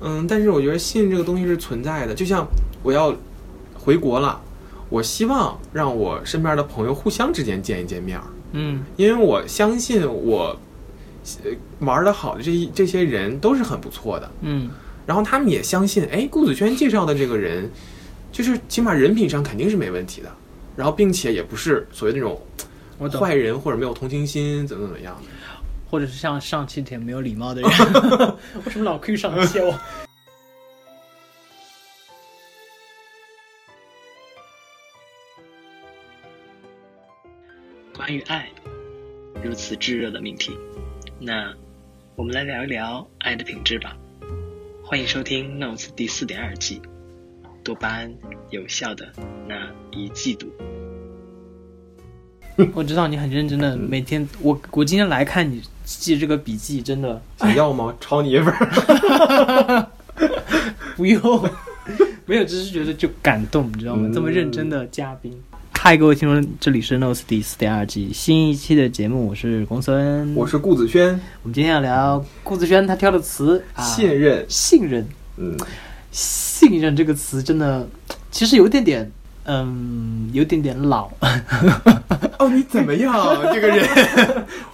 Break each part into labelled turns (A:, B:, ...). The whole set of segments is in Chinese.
A: 嗯，但是我觉得信这个东西是存在的，就像我要回国了，我希望让我身边的朋友互相之间见一见面儿，
B: 嗯
A: 因为我相信我呃玩的好的这一这些人都是很不错的，
B: 嗯
A: 然后他们也相信，哎，顾子轩介绍的这个人，就是起码人品上肯定是没问题的，然后并且也不是所谓那种
B: 我懂
A: 坏人或者没有同情心怎么怎么样。
B: 或者是像上期挺没有礼貌 的人，为什么老 Q 上期我？关于爱，如此炙热的命题，那我们来聊一聊爱的品质吧。欢迎收听《Notes》第四点二季，多巴胺有效的那一季度。我知道你很认真的，每天我我今天来看你记这个笔记，真的
A: 想要吗？ 抄你一份儿。
B: 不用， 没有，只是觉得就感动，你知道
A: 嗯
B: 吗？这么认真的嘉宾。嗨，各位听众，这里是 Notes 第四点二季新一期的节目，我是龚森。
A: 我是顾子轩，
B: 我们今天要聊顾子轩他挑的词，啊、
A: 信任，
B: 信任，
A: 嗯，
B: 信任这个词真的其实有点点，嗯，有点点老。
A: 哦，你怎么 样？这个人，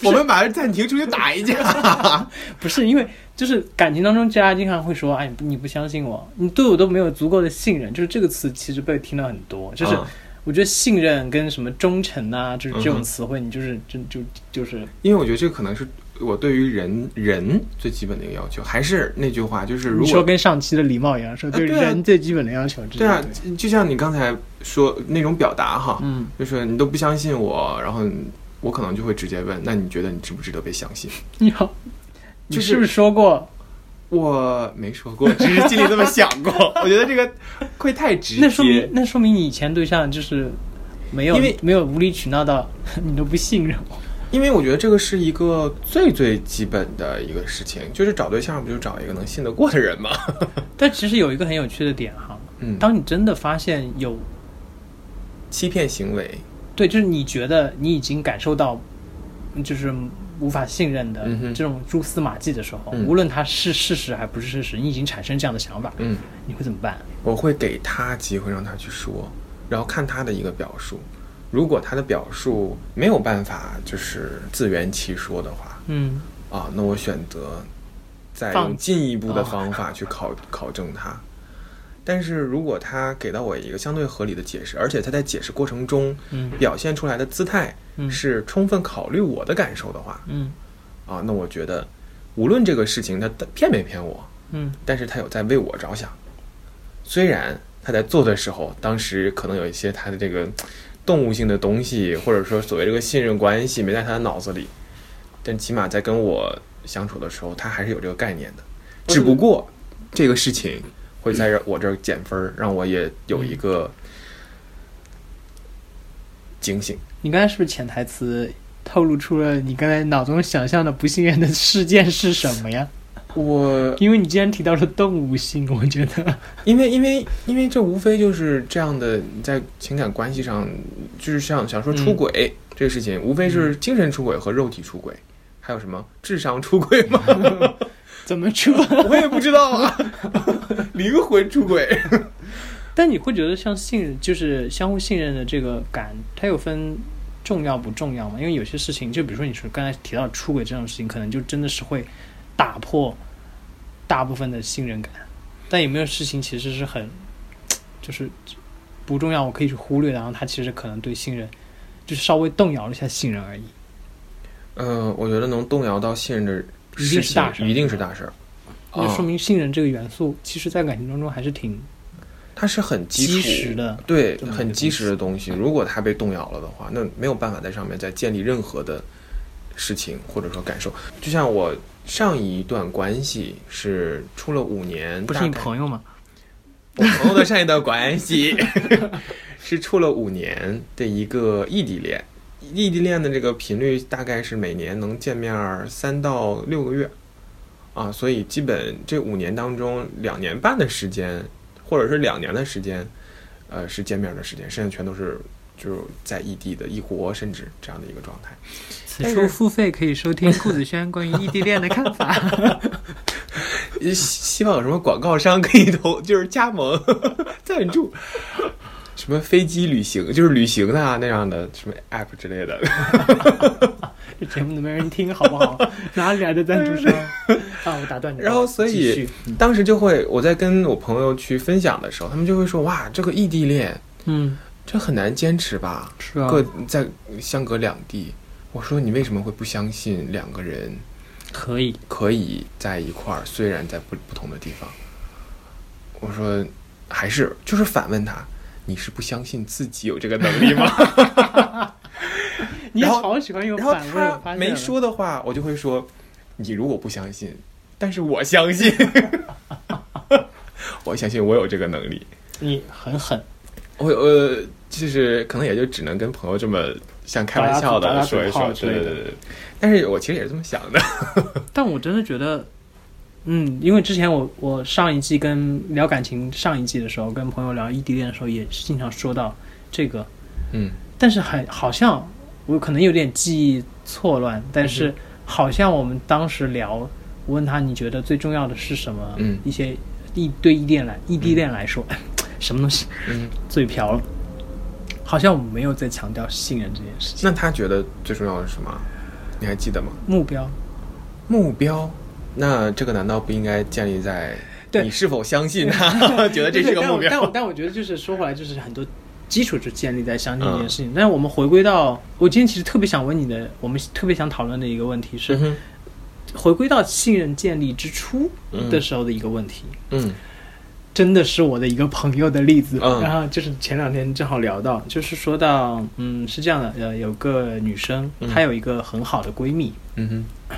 A: 我们把这暂停，出去打一架。
B: 不是因为就是感情当中，大家经常会说，哎，你不相信我，你对我都没有足够的信任，就是这个词其实被听到很多，就是
A: 嗯
B: 我觉得信任跟什么忠诚啊，就是这
A: 嗯
B: 种
A: 哼
B: 词汇，你就是就就就是
A: 因为我觉得这可能是我对于人人最基本的一个要求，还是那句话，就是如
B: 你说
A: 果
B: 跟上期的礼貌一样，说
A: 啊
B: 对
A: 对啊
B: 人最基本的要求，
A: 对啊，就就像你刚才说那种表达哈，
B: 嗯，
A: 就是你都不相信我，然后我可能就会直接问，那你觉得你值不值得被 相信？
B: 你好，你
A: 就是
B: 是不是说过？
A: 我没说过，只是心里这么想过。 我觉得这个会太直接，
B: 那说明那说明你以前对象就是没有
A: 因为
B: 没有无理取闹到 你都不信任我，
A: 因为我觉得这个是一个最最基本的一个事情，就是找对象不就找一个能信得过的人吗？
B: 但其实有一个很有趣的点哈，
A: 嗯，
B: 当你真的发现有
A: 欺骗行为，
B: 对，就是你觉得你已经感受到，就是无法信任的
A: 嗯哼
B: 这种蛛丝马迹的时候，
A: 嗯
B: 无论它是事实还不是事实，你已经产生这样的想法，
A: 嗯，
B: 你会怎么办？
A: 我会给他机会让他去说，然后看他的一个表述。如果他的表述没有办法就是自圆其说的话，
B: 嗯，
A: 啊，那我选择再
B: 放哦
A: 用进一步的方法去考、考证它。但是如果他给到我一个相对合理的解释，而且他在解释过程中
B: 嗯
A: 表现出来的姿态
B: 嗯
A: 是充分考虑我的感受的话，
B: 嗯
A: 啊，那我觉得无论这个事情他他骗没骗我，
B: 嗯
A: 但是他有在为我着想。虽然他在做的时候，当时可能有一些他的这个动物性的东西，或者说所谓这个信任关系没在他的脑子里，但起码在跟我相处的时候，他还是有这个概念的。
B: 我
A: 只不过这个事情会在我这儿减分儿，让我也有一个警醒。
B: 你刚才是不是潜台词透露出了你刚才脑中想象的不信任的事件是什么呀？
A: 我
B: 因为你既然提到了动物性，我觉得，
A: 因为因为因为这无非就是这样的，在情感关系上，就是像想说
B: 嗯
A: 出轨、这个事情，无非是精神出轨和肉体出轨，还有什么智商出轨吗？
B: 怎么说？
A: 我也不知道啊， 灵魂出 轨。
B: 但你会觉得像信任，就是相互信任的这个感，它有分重要不重要吗？因为有些事情，就比如说你说刚才提到出轨这种事情，可能就真的是会打破大部分的信任感。但有没有事情其实是很，就是不重要，我可以去忽略的，然后它其实可能对信任就是稍微动摇了一下信任而已。
A: 呃，我觉得能动摇到信任的
B: 一
A: 事
B: 定是
A: 情
B: 大事儿
A: 一定是大事儿，
B: 那就说
A: 啊
B: 明信任这个元素，其实在感情当中还是挺
A: 它是很基础
B: 基石的。
A: 对，
B: 这么一个
A: 很
B: 东
A: 基石的东西。如果它被动摇了的话，那没有办法在上面再建立任何的事情或者说感受。就像我上一段关系是处了五年，
B: 不是你
A: 大概
B: 朋友吗？
A: 我朋友的上一段关系 是处了五年的一个异地恋，异地恋的这个频率大概是每年能见面儿三到六个月，啊，所以基本这五年当中两年半的时间，或者是两年的时间，呃，是见面的时间，剩下全都是就是在异地的异国，甚至这样的一个状态。
B: 此
A: 但
B: 处
A: 是
B: 付费可以收听顾子轩关于异地恋的看法。
A: 希希望有什么广告商可以投，就是加盟赞助，什么飞机旅行，就是旅行的啊那样的什么 app 之类的。
B: 这节目都没人听，好不 好？哪里来的赞助 商啊？我打断你了。
A: 然后所以
B: 继续
A: 当时就会我在跟我朋友去分享的时候，他们就会说：“哇，这个异地恋
B: 嗯，
A: 这很难坚持吧？
B: 是啊，
A: 各在相隔两地。”我说：“你为什么会不相信两个人
B: 可以，
A: 可以在一块儿，虽然在不不同的地方？”我说：“还是就是反问他，你是不相信自己有这个能力吗？”
B: 你
A: 然后
B: 好喜欢用
A: 然后
B: 反问，我
A: 他
B: 发现
A: 没
B: 了。
A: 说的话，我就会说：“你如果不相信，但是我相信， 我相信我有这个能力。
B: 你很狠，
A: 我”我呃，就是可能也就只能跟朋友这么像开玩笑
B: 打
A: 的
B: 打
A: 说一
B: 打打嘴
A: 说，
B: 炮之
A: 对
B: 类
A: 对
B: 的
A: 对对。但是我其实也是这么想的，
B: 但我真的觉得，嗯，因为之前我我上一季跟聊感情上一季的时候，跟朋友聊异地恋的时候，也是经常说到这个，
A: 嗯，
B: 但是很好像我可能有点记忆错乱，但是好像我们当时聊，我问他你觉得最重要的是什么？
A: 嗯
B: 一些异对异地恋来异地恋来说， 什么东西
A: 嗯。
B: 嘴瓢了，好像我们没有在强调信任这件事情。
A: 那他觉得最重要的是什么？你还记得吗？
B: 目标
A: 目标。那这个难道不应该建立在
B: 对
A: 你是否相信他？ 觉得这是个
B: 对
A: 目
B: 但我但我
A: 标。
B: 但我觉得就是说回来，就是很多基础是建立在相信这件事情。但是我们回归到，我今天其实特别想问你的，我们特别想讨论的一个问题是，
A: 嗯哼
B: 回归到信任建立之初
A: 嗯
B: 的时候的一个问题。
A: 嗯
B: 真的是我的一个朋友的例子，
A: 嗯
B: 然后就是前两天正好聊到，就是说到，嗯，是这样的，呃，有个女生，
A: 嗯
B: 她有一个很好的闺蜜，
A: 嗯哼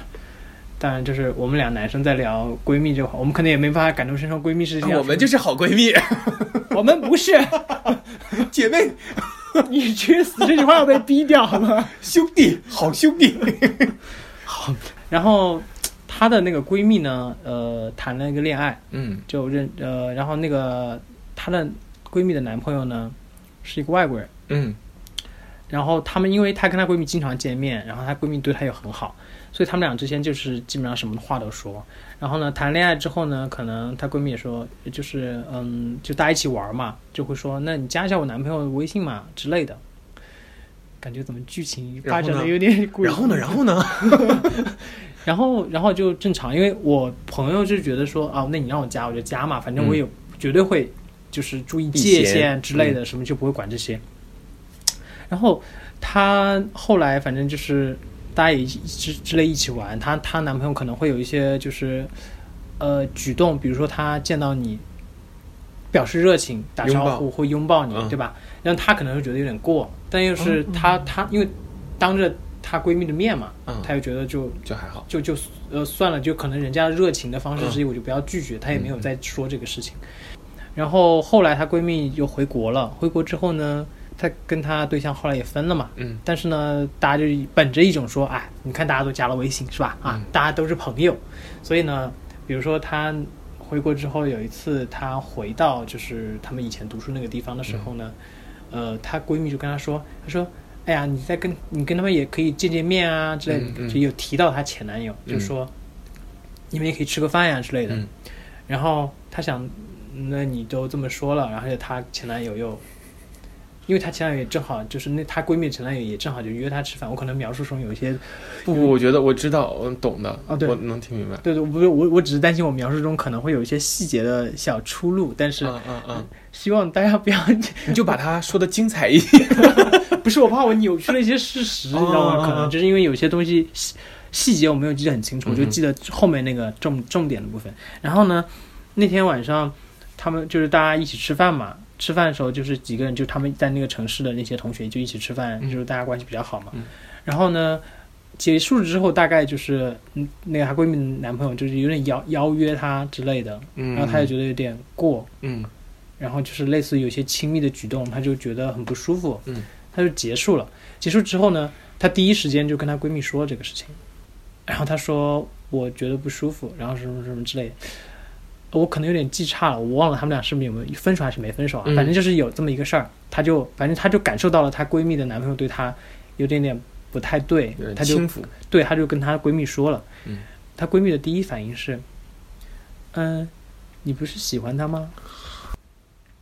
B: 当然就是我们俩男生在聊闺蜜这块，我们可能也没办法感同身受闺蜜是这
A: 啊
B: 样，
A: 我们就是好闺蜜
B: 我们不是，
A: 姐妹。
B: 你去死！这句话要被逼掉好 吗？
A: 兄弟，好兄弟。
B: 然后她的那个闺蜜呢，呃，谈了一个恋爱，
A: 嗯
B: 就认呃，然后那个她的闺蜜的男朋友呢是一个外国人，
A: 嗯
B: 然后他们因为她跟她闺蜜经常见面，然后她闺蜜对她又很好，所以他们俩之间就是基本上什么话都说。然后呢，谈恋爱之后呢，可能她闺蜜也说，就是嗯，就大家一起玩嘛，就会说，那你加一下我男朋友的微信嘛之类的。感觉怎么剧情发展
A: 然后
B: 的
A: 呢
B: 有点诡异。
A: 然后呢？然后呢？
B: 然后，然后就正常，因为我朋友就觉得说，啊，那你让我加我就加嘛，反正我也绝对会就是注意
A: 嗯避
B: 界
A: 嫌嗯
B: 限之类的，什么就不会管这些。然后她后来反正就是大家也一起之之类一起玩，她她男朋友可能会有一些就是呃举动，比如说他见到你表示热情打
A: 拥抱
B: 招呼会拥抱你，
A: 嗯哦
B: 对吧？然后她可能会觉得有点过，但又是她她因为当着她闺蜜的面嘛，
A: 嗯
B: 她又觉得就
A: 就还好。
B: 就就呃算了，就可能人家热情的方式之一，我就不要拒绝，她也没有再说这个事情。然后后来她闺蜜又回国了，回国之后呢，她跟她对象后来也分了嘛。
A: 嗯
B: 但是呢，大家就本着一种说，哎，你看大家都加了微信是吧？啊
A: 嗯，
B: 大家都是朋友，所以呢，比如说她回国之后有一次，她回到就是他们以前读书那个地方的时候呢，
A: 嗯
B: 呃，她闺蜜就跟她说，她说，哎呀，你在跟你跟他们也可以见见面啊之类的，
A: 嗯嗯
B: 就有提到她前男友，就说你们也可以吃个饭呀、之类的。
A: 嗯
B: 然后她想，那你都这么说了，然后而且她前男友又，因为她前男友也正好就是那她闺蜜前男友也正好就约她吃饭，我可能描述中有一些，
A: 不不，我觉得我知道，我懂的。
B: 哦对
A: 我能听明白。
B: 对对，我不是我我只是担心我描述中可能会有一些细节的小出入，但是
A: 嗯嗯嗯，
B: 希望大家不要，
A: 你就把它说的精彩一些。
B: 不是我怕我扭曲了一些事实，你知道
A: 哦哦哦
B: 吗？可能就是因为有些东西细细节我没有记得很清
A: 嗯
B: 楚，我就记得后面那个重重点的部分。然后呢，那天晚上他们就是大家一起吃饭嘛，吃饭的时候就是几个人，就他们在那个城市的那些同学就一起吃饭，
A: 嗯
B: 就是大家关系比较好嘛。
A: 嗯
B: 然后呢，结束之后大概就是嗯，那个她闺蜜的男朋友就是有点邀邀约她之类的，
A: 嗯
B: 然后她也觉得有点过，
A: 嗯
B: 然后就是类似于有些亲密的举动，她就觉得很不舒服，
A: 嗯，
B: 她就结束了。结束之后呢，她第一时间就跟她闺蜜说这个事情，然后她说我觉得不舒服，然后什么什么之类的。我可能有点记差了，我忘了他们俩是不是有没有分手还是没分手啊？
A: 嗯
B: 反正就是有这么一个事儿，她就反正她就感受到了她闺蜜的男朋友对她有点点不太对
A: 有，点
B: 她就
A: 轻浮。
B: 对，她就跟她闺蜜说了。
A: 嗯
B: 她闺蜜的第一反应是：嗯、你不是喜欢他吗？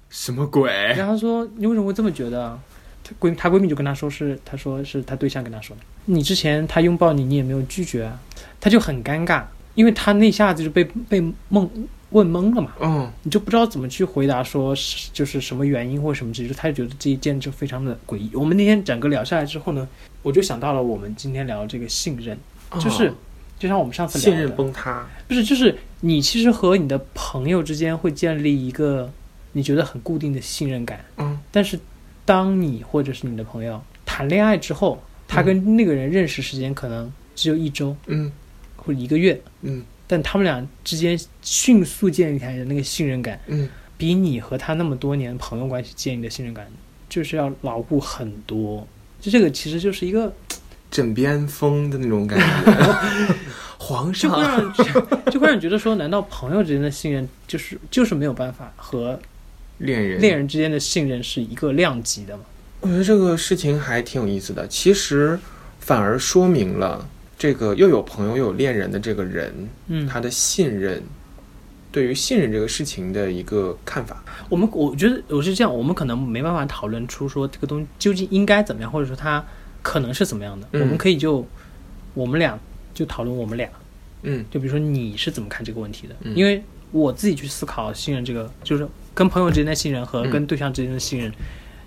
A: 什么鬼？
B: 然后她说你为什么会这么觉得啊？她闺她闺蜜就跟她说是，她说是她对象跟她说的。你之前他拥抱你，你也没有拒绝啊，她就很尴尬，因为她那下子就被被蒙问懵了嘛，
A: 嗯
B: 你就不知道怎么去回答说是就是什么原因或什么之类的，她就觉得这一件就非常的诡异。我们那天整个聊下来之后呢，我就想到了我们今天聊这个信任，就是、
A: 哦
B: 就像我们上次
A: 信
B: 聊的
A: 任崩塌。
B: 不是，就是你其实和你的朋友之间会建立一个你觉得很固定的信任感，
A: 嗯，
B: 但是当你或者是你的朋友谈恋爱之后，他跟那个人认识时间可能只有一周
A: 嗯
B: 或者一个月，
A: 嗯
B: 但他们俩之间迅速建立起来的那个信任感，
A: 嗯，
B: 比你和他那么多年朋友关系建立的信任感，就是要牢固很多。就这个其实就是一个，
A: 枕边风的那种感觉。 皇
B: 就会
A: 上，
B: 让就会让你觉得说，难道朋友之间的信任就是就是没有办法和
A: 恋人，
B: 恋人之间的信任是一个量级的嘛？
A: 我觉得这个事情还挺有意思的，其实反而说明了这个又有朋友又有恋人的这个人，
B: 嗯
A: 他的信任，对于信任这个事情的一个看法。
B: 我们我觉得我是这样，我们可能没办法讨论出说这个东西究竟应该怎么样，或者说它可能是怎么样的。
A: 嗯
B: 我们可以就我们俩就讨论我们俩，
A: 嗯
B: 就比如说你是怎么看这个问题的？
A: 嗯
B: 因为我自己去思考信任这个，就是跟朋友之间的信任和
A: 嗯
B: 跟对象之间的信任、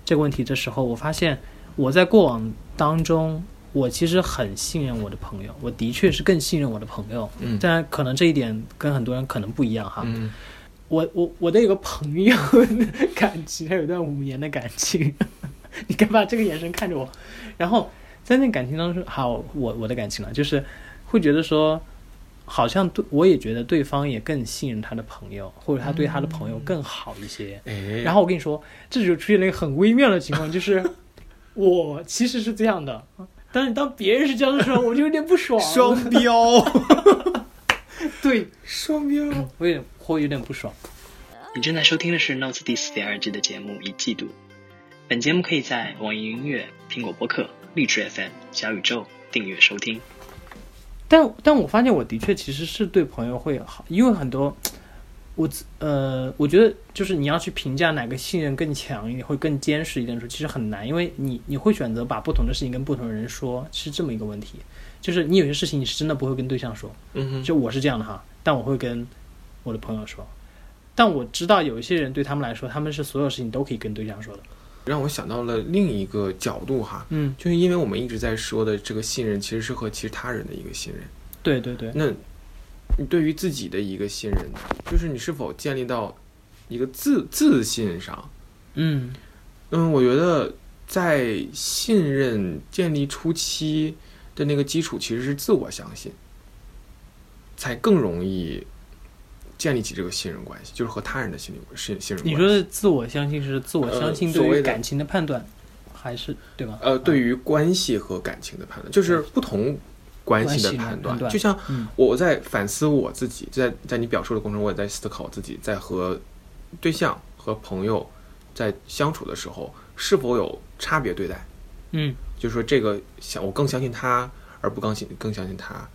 B: 这个问题的时候，我发现我在过往当中，我其实很信任我的朋友，我的确是更信任我的朋友。
A: 嗯
B: 但可能这一点跟很多人可能不一样哈。
A: 嗯，
B: 我我我的有个朋友的感情，他有一段五年的感情， 你干嘛这个眼神看着我？然后在那感情当中，好，我我的感情了，就是会觉得说，好像对我也觉得对方也更信任他的朋友，或者他对他的朋友更好一些。
A: 哎，
B: 然后我跟你说，这就出现了一个很微妙的情况，就是 我其实是这样的，但是当别人是这样的时候，我就有点不爽。
A: 双 标，
B: 对，
A: 双标。
B: 我有点会有点不爽。
C: 你正在收听的是《Notes 第四点二季的节目《一季度》。本节目可以在网易云音乐、苹果播客、荔枝 FM、小宇宙订阅收听。
B: 但但我发现我的确其实是对朋友会好，因为很多我自呃，我觉得就是你要去评价哪个信任更强一点，会更坚实一点的时候，其实很难，因为你你会选择把不同的事情跟不同的人说，是这么一个问题。就是你有些事情你是真的不会跟对象说，
A: 嗯哼，
B: 就我是这样的哈，但我会跟我的朋友说。但我知道有一些人对他们来说，他们是所有事情都可以跟对象说的。
A: 让我想到了另一个角度哈，
B: 嗯，
A: 就是因为我们一直在说的这个信任，其实是和其他人的一个信任。
B: 对对对，
A: 那你对于自己的一个信任，就是你是否建立到一个自自信上？
B: 嗯
A: 嗯，我觉得在信任建立初期的那个基础其实是自我相信，才更容易建立起这个信任关系，就是和他人的信任信信任关
B: 你
A: 系。
B: 说的自我相信是自我
A: 呃
B: 相信
A: 所
B: 对
A: 谓
B: 于
A: 的
B: 感情的判断，还是对吧？
A: 呃，对于关系和感情的判断，就是不同关系的
B: 关系的
A: 判
B: 判断
A: 就像
B: 嗯
A: 我在反思我自己，在在你表述的过程中，我也在思考我自己在和对象和朋友在相处的时候是否有差别对待。
B: 嗯
A: 就是说这个想我更相信他，而不更信更相信他，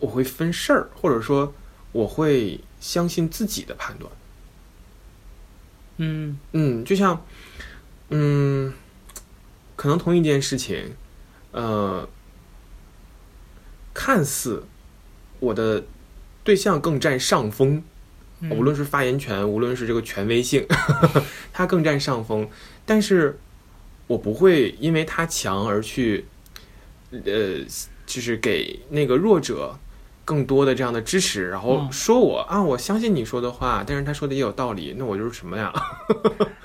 A: 我会分事儿，或者说我会相信自己的判断。
B: 嗯
A: 嗯，就像，嗯，可能同一件事情，呃，看似我的对象更占上风，
B: 嗯
A: 无论是发言权，无论是这个权威性， 他更占上风。但是，我不会因为他强而去，呃，就是给那个弱者更多的这样的支持，然后
B: 嗯
A: 说我、啊，我相信你说的话，但是他说的也有道理，那我就是什么呀？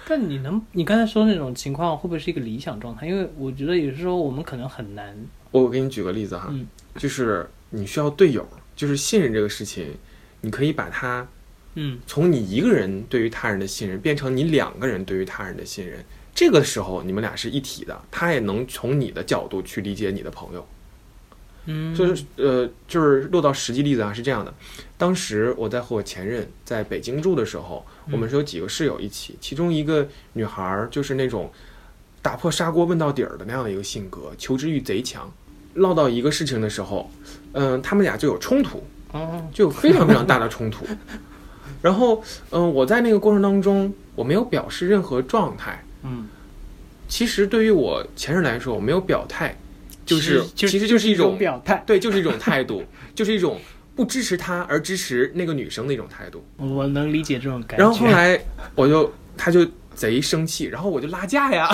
B: 但你能，你刚才说那种情况会不会是一个理想状态？因为我觉得有时候我们可能很难，
A: 我给你举个例子哈，
B: 嗯
A: 就是你需要队友，就是信任这个事情，你可以把它
B: 嗯
A: 从你一个人对于他人的信任，变成你两个人对于他人的信任。这个时候你们俩是一体的，他也能从你的角度去理解你的朋友。
B: 嗯，
A: 就是呃，就是落到实际例子啊，是这样的。当时我在和我前任在北京住的时候，我们是有几个室友一起，其中一个女孩儿就是那种打破砂锅问到底儿的那样的一个呃性格，求知欲贼强。落到一个事情的时候，嗯、他们俩就有冲突。
B: 哦，
A: 就有非常非常大的冲突。 然后，嗯、我在那个过程当中，我没有表示任何状态。
B: 嗯，
A: 其实对于我前任来说，我没有表态，就是
B: 其实
A: 其实就是一种
B: 表态。
A: 对，就是一种态度， 就是一种不支持他而支持那个女生的一种态度。
B: 我能理解这种感觉。
A: 然后后来我就他就贼生气，然后我就拉架 呀，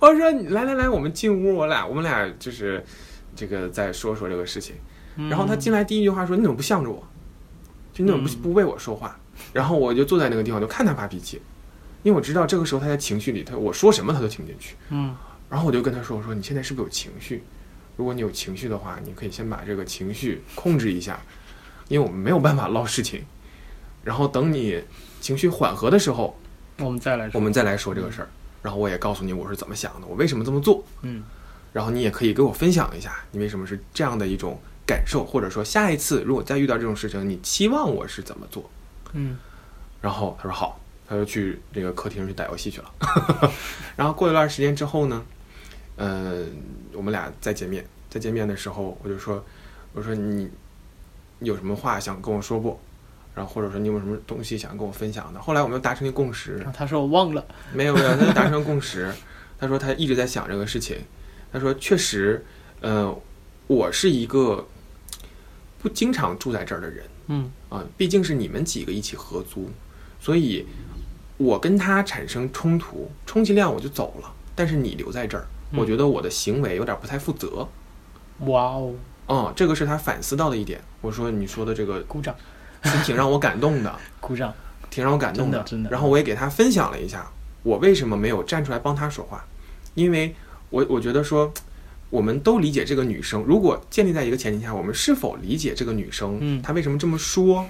A: 我说你来来来，我们进屋，我俩我们俩就是这个再说说这个事情。
B: 嗯，
A: 然后他进来第一句话说：“你怎么不向着我？就你怎么不
B: 嗯
A: 不为我说话？”然后我就坐在那个地方就看他发脾气，因为我知道这个时候他在情绪里，他我说什么他都听不进去。
B: 嗯
A: 然后我就跟他说：“我说你现在是不是有情绪？如果你有情绪的话，你可以先把这个情绪控制一下，因为我们没有办法唠事情。然后等你情绪缓和的时候，
B: 我们再来说，
A: 我们再来说这个事儿。然后我也告诉你我是怎么想的，我为什么这么做。
B: 嗯
A: 然后你也可以给我分享一下，你为什么是这样的一种感受，或者说下一次如果再遇到这种事情，你期望我是怎么做？
B: 嗯
A: 然后他说好，他就去这个客厅去打游戏去了。然后过了一段时间之后呢，嗯，我们俩再见面，再见面的时候，我就说，我说你有什么话想跟我说不？然后或者说你有什么东西想跟我分享的？后来我们就达成一个共识，
B: 然后他说我忘了，
A: 没有没有，他就达成共识。他说他一直在想这个事情。他说确实，呃，我是一个不经常住在这儿的人
B: 嗯
A: 啊，毕竟是你们几个一起合租，所以我跟他产生冲突，充其量我就走了，但是你留在这儿，
B: 嗯
A: 我觉得我的行为有点不太负责。
B: 哇哦，
A: 嗯，这个是他反思到的一点。我说你说的这个
B: 鼓掌
A: 是挺让我感动的，
B: 鼓掌，
A: 挺让我感动
B: 真的真的
A: 然后我也给他分享了一下，我为什么没有站出来帮他说话，因为我我觉得说，我们都理解这个女生，如果建立在一个前提下，我们是否理解这个女生，
B: 嗯
A: 她为什么这么说？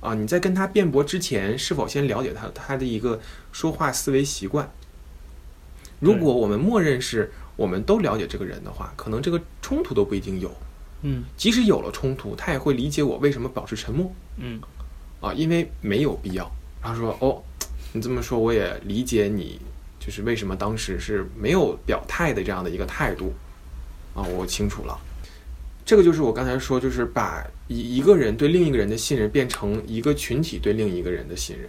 A: 啊，你在跟她辩驳之前，是否先了解她她的一个说话思维习惯？如
B: 对
A: 果我们默认是我们都了解这个人的话，可能这个冲突都不一定有。
B: 嗯
A: 即使有了冲突，他也会理解我为什么保持沉默。
B: 嗯
A: 啊，因为没有必要。然后说哦，你这么说我也理解你，就是为什么当时是没有表态的这样的一个态度啊，我清楚了。这个就是我刚才说，就是把一一个人对另一个人的信任变成一个群体对另一个人的信任。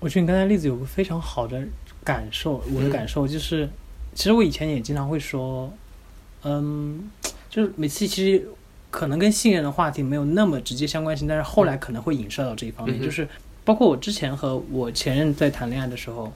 B: 我觉得你刚才例子有个非常好的感受，我的
A: 嗯
B: 感受就是，其实我以前也经常会说，嗯，就是每次其实可能跟信任的话题没有那么直接相关性，但是后来可能会影射到这一方面，
A: 嗯哼
B: 就是包括我之前和我前任在谈恋爱的时候，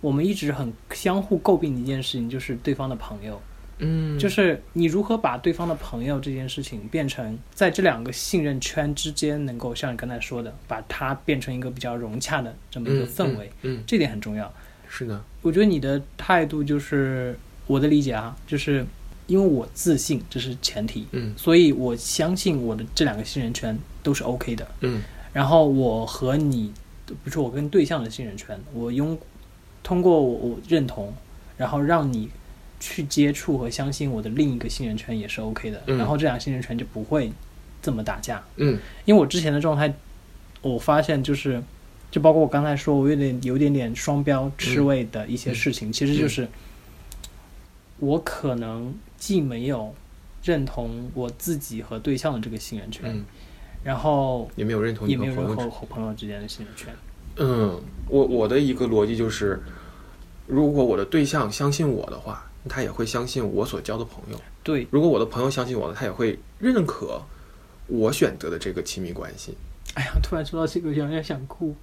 B: 我们一直很相互诟病的一件事情，就是对方的朋友。
A: 嗯
B: 就是是你如何把对方的朋友这件事情变成在这两个信任圈之间，能够像你刚才说的，把它变成一个比较融洽的这么一个氛围，，
A: 嗯，嗯
B: 这点很重要。
A: 是的，
B: 我觉得你的态度就是我的理解啊，就是因为我自信，这是前提，
A: 嗯
B: 所以我相信我的这两个信任圈都是 OK 的。
A: 嗯
B: 然后我和你，不是我跟对象的信任圈，我用通过我我认同，然后让你去接触和相信我的另一个信任圈也是 OK 的，
A: 嗯
B: 然后这两个信任圈就不会这么打架。
A: 嗯
B: 因为我之前的状态，我发现就是，就包括我刚才说，我有点有点点双标吃味的一些事
A: 嗯
B: 情，其实就是、我可能既没有认同我自己和对象的这个信任圈，
A: 嗯，
B: 然后
A: 也没有认同你
B: 也
A: 和
B: 没有
A: 朋友
B: 任
A: 之
B: 何和朋友之间的信任圈。
A: 嗯，我我的一个逻辑就是，如果我的对象相信我的话，他也会相信我所交的朋友。
B: 对，
A: 如果我的朋友相信我了，他也会认可我选择的这个亲密关系。
B: 哎呀，突然说到这个，有点想哭，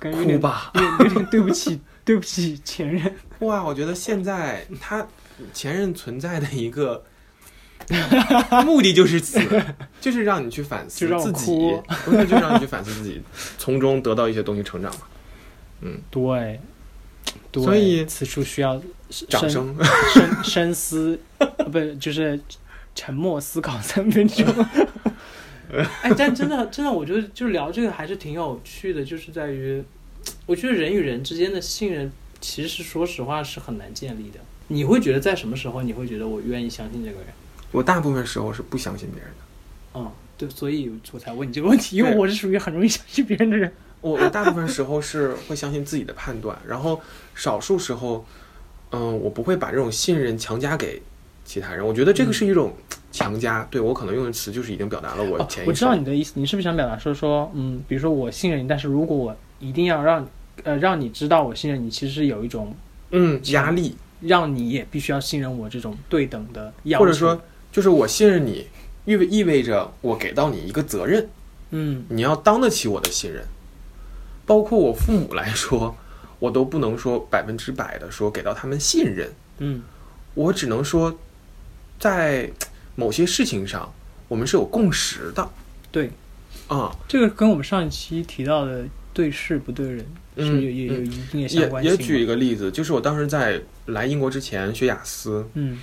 B: 感觉有
A: 哭
B: 点
A: 吧，
B: 有点有点对不起，对不起前任。
A: 哭啊！我觉得现在他前任存在的一 个目的就是此，就是让你去反思
B: 就让我
A: 自己
B: 哭，
A: 不是就让你去反思自己，从中得到一些东西成长嘛。
B: 对，对
A: 所以
B: 此处需要深
A: 掌声，
B: 深深思，呃不就是沉默思考三分钟。 哎，但真的真的，我觉得就聊这个还是挺有趣的，就是在于，我觉得人与人之间的信任，其实说实话是很难建立的。你会觉得在什么时候你会觉得我愿意相信这个人？
A: 我大部分时候是不相信别人的，
B: 嗯，对，所以我才问你这个问题，因为
A: 对
B: 我是属于很容易相信别人的人。
A: 我我大部分时候是会相信自己的判断，然后少数时候，嗯、我不会把这种信任强加给其他人。我觉得这个是一种强加，对我可能用的词就是已经表达了我
B: 嗯哦
A: 潜意识、，
B: 我知道你的意思，你是不是想表达说说，嗯，比如说我信任你，但是如果我一定要让呃让你知道我信任你，其实是有一种
A: 嗯压力，
B: 让你也必须要信任我这种对等的要求，
A: 或者说，就是我信任你，意味意味着我给到你一个责任，
B: 嗯，
A: 你要当得起我的信任。包括我父母来说，我都不能说百分之百的说给到他们信任，
B: 嗯
A: 我只能说，在某些事情上，我们是有共识的，
B: 对，
A: 啊、
B: 这个跟我们上一期提到的对事不对人是
A: 嗯
B: 有有有
A: 嗯
B: 一定的相
A: 也
B: 关性
A: 也
B: 的
A: 举一个例子，就是我当时在来英国之前学雅思，
B: 嗯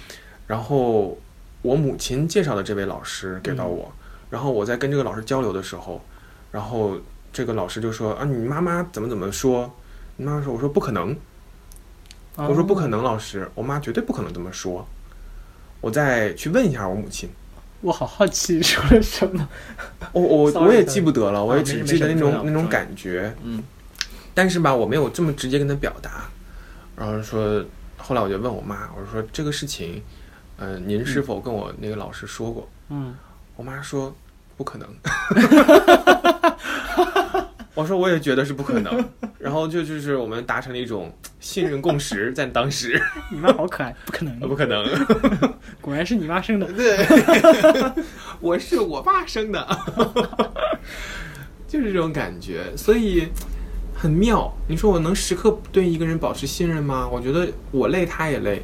A: 然后我母亲介绍的这位老师给
B: 嗯
A: 到我，然后我在跟这个老师交流的时候，然后这个老师就说啊，你妈妈怎么怎么说？你妈妈说，我说不可能，
B: 啊
A: 我说不可能，老师，我妈绝对不可能这么说。我再去问一下我母亲，
B: 我好好奇你说了什么，
A: 我我
B: Sorry，
A: 我也
B: sorry
A: 记不得了，我也
B: 没事
A: 只
B: 没
A: 记
B: 事
A: 得那
B: 不
A: 种
B: 重要
A: 那
B: 不重
A: 种
B: 要
A: 感觉，
B: 嗯
A: 但是吧，我没有这么直接跟他表达，然后说，后来我就问我妈，我说这个事情，呃，您是否跟我那个老师说过？
B: 嗯，
A: 我妈说不 可能，我说我也觉得是不可能，然后就就是我们达成了一种信任共识，在当 时
B: 你妈好可爱，不可
A: 呃
B: 能，
A: 不可能，
B: 果然是你妈生的，
A: 对，我是我爸生的， 就是这种感觉，所以很妙。你说我能时刻对一个人保持信任吗？我觉得我累，他也累。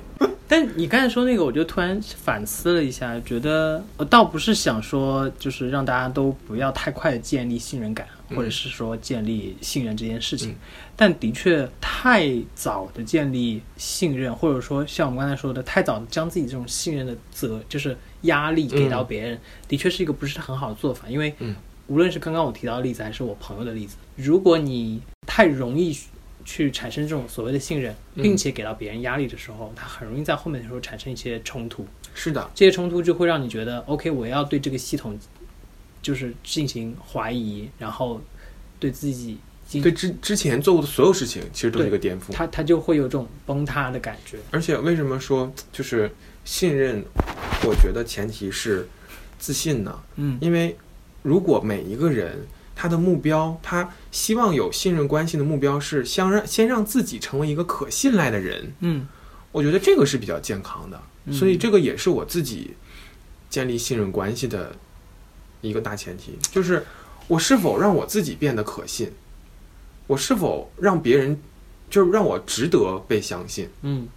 B: 但你刚才说那个，我就突然反思了一下，觉得我倒不是想说，就是让大家都不要太快的建立信任感，
A: 嗯
B: 或者是说建立信任这件事情。但的确，太早的建立信任，或者说像我们刚才说的，太早地将自己这种信任的责，就是压力给到别人，的确是一个不是很好的做法，因为
A: 嗯
B: 无论是刚刚我提到的例子，还是我朋友的例子，如果你太容易去产生这种所谓的信任，
A: 嗯
B: 并且给到别人压力的时候，他很容易在后面的时候产生一些冲突。
A: 是的，
B: 这些冲突就会让你觉得，OK，我要对这个系统就是进行怀疑，然后对自己进
A: 对之之前做过的所有事情，其实都是一个颠覆。
B: 他他就会有这种崩塌的感觉。
A: 而且为什么说就是信任？我觉得前提是自信呢，
B: 嗯
A: 因为如果每一个人他的目标，他希望有信任关系的目标是先让先让自己成为一个可信赖的人，
B: 嗯
A: 我觉得这个是比较健康的，
B: 嗯
A: 所以这个也是我自己建立信任关系的一个大前提，就是我是否让我自己变得可信，我是否让别人，就是让我值得被相信，
B: 嗯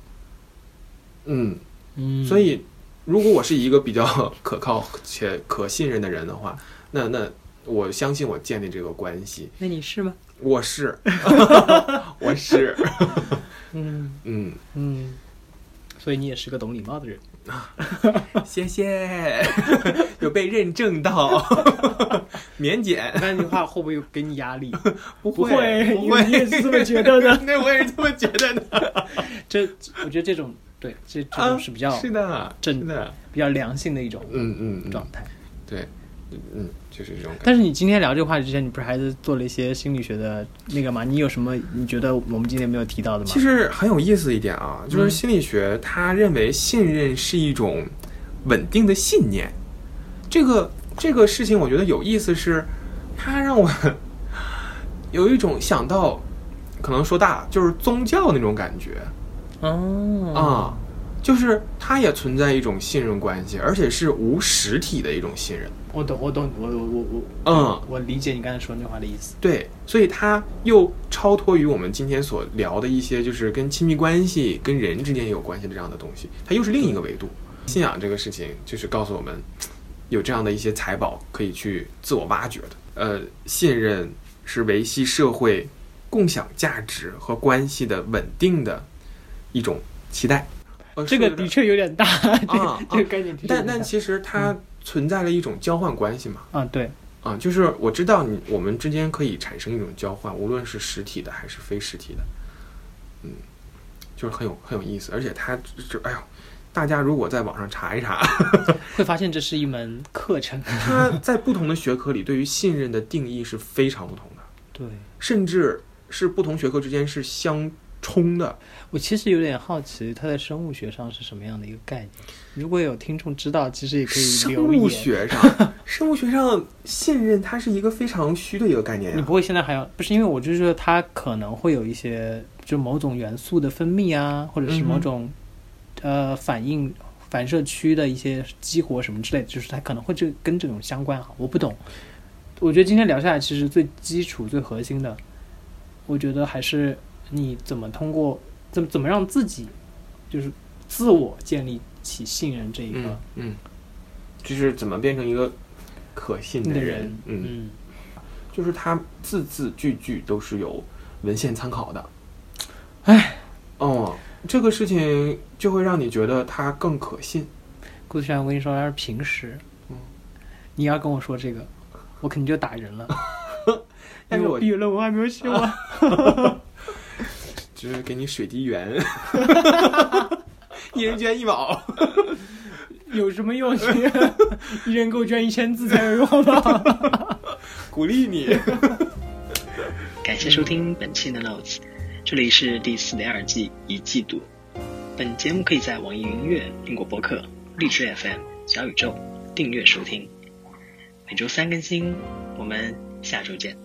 A: 嗯，
B: 嗯，
A: 所以，如果我是一个比较可靠且可信任的人的话，那那我相信我建立这个关系，
B: 那你是吗？
A: 我 是，我是，
B: 嗯
A: 嗯，
B: 嗯，所以你也是个懂礼貌 的人。
A: 谢谢， 有被认证到， 免检
B: 我，看这句话会不会给你压力？
A: 不
B: 不
A: 会，
B: 因为你也是这么觉得的。
A: 对，我也是这么觉得的，
B: 这我觉得这种对这这
A: 啊
B: 种是比较、
A: 是的，
B: 正
A: 是的，
B: 比较良性的一种
A: 嗯嗯嗯，
B: 状态。
A: 对，嗯，就是这种感觉。
B: 但是你今天聊这个话题之前，你不是还是做了一些心理学的那个吗？你有什么你觉得我们今天没有提到的吗？
A: 其实很有意思一点啊，就是
B: 嗯
A: 心理学他认为信任是一种稳定的信念。这个这个事情，我觉得有意思是，它让我 有一种想到，可能说大了就是宗教那种感觉
B: 哦，
A: 啊、就是它也存在一种信任关系，而且是无实体的一种信任。
B: 我懂，我懂，我我我我
A: 嗯，
B: 我理解你刚才说那话的意思。
A: 对，所以它又超脱于我们今天所聊的一些，就是跟亲密关系、跟人之间也有关系的这样的东西，它又是另一个维度。
B: 嗯
A: 信仰这个事情，就是告诉我们有这样的一些财宝可以去自我挖掘的。呃，信任是维系社会共享价值和关系的稳定的一种期待。呃
B: 这
A: 说
B: 个
A: 有点
B: 的确有点大， 这
A: 啊
B: 个这个概念的确有
A: 但
B: 点大。
A: 但其实它存在了一种交换关系嘛。
B: 啊，对，
A: 啊，就是我知道你我们之间可以产生一种交换，无论是实体的还是非实体的，嗯，就是很有很有意思，而且它就哎呦，大家如果在网上查一查，
B: 会发现这是一门课程。
A: 它在不同的学科里对于信任的定义是非常不同的，
B: 对，
A: 甚至是不同学科之间是相冲的。
B: 我其实有点好奇，它在生物学上是什么样的一个概念？如果有听众知道，其实也可以
A: 生
B: 留
A: 物
B: 言。
A: 学上， 生物学上信任它是一个非常虚的一个概念啊
B: 你
A: 呀、
B: 不会现在还要不是因为我就是说它可能会有一些就某种元素的分泌啊，或者是
A: 嗯
B: 某
A: 哼
B: 种、呃反应反射区的一些激活什么之类的，就是它可能会这跟这种相关啊，我不懂。我觉得今天聊下来，其实最基础、最核心的，我觉得还是你怎么通过怎么怎么让自己就是自我建立起信任这一
A: 嗯
B: 个
A: 嗯，就是怎么变成一个可信
B: 你
A: 的
B: 的
A: 人？
B: 人，
A: 嗯，就是它字字句句都是有文献参考的。哎，哦，这个事情就会让你觉得它更可信。
B: 顾子轩，我跟你说，要是平时，
A: 嗯
B: 你要跟我说这个，我肯定就打人了。
A: 但是我
B: 毕业论文还没有啊写 完，
A: 只是给你水滴 圆，一人捐一毛。
B: 有什么用？ 一人给我捐一千字才有用好不好？
A: 鼓励你。
C: 感谢收听本期的 Notes，这里是第四点二季一季度。本节目可以在网易云音乐、苹果播客、荔枝 FM、小宇宙订阅收听，每周三更新。我们下周见。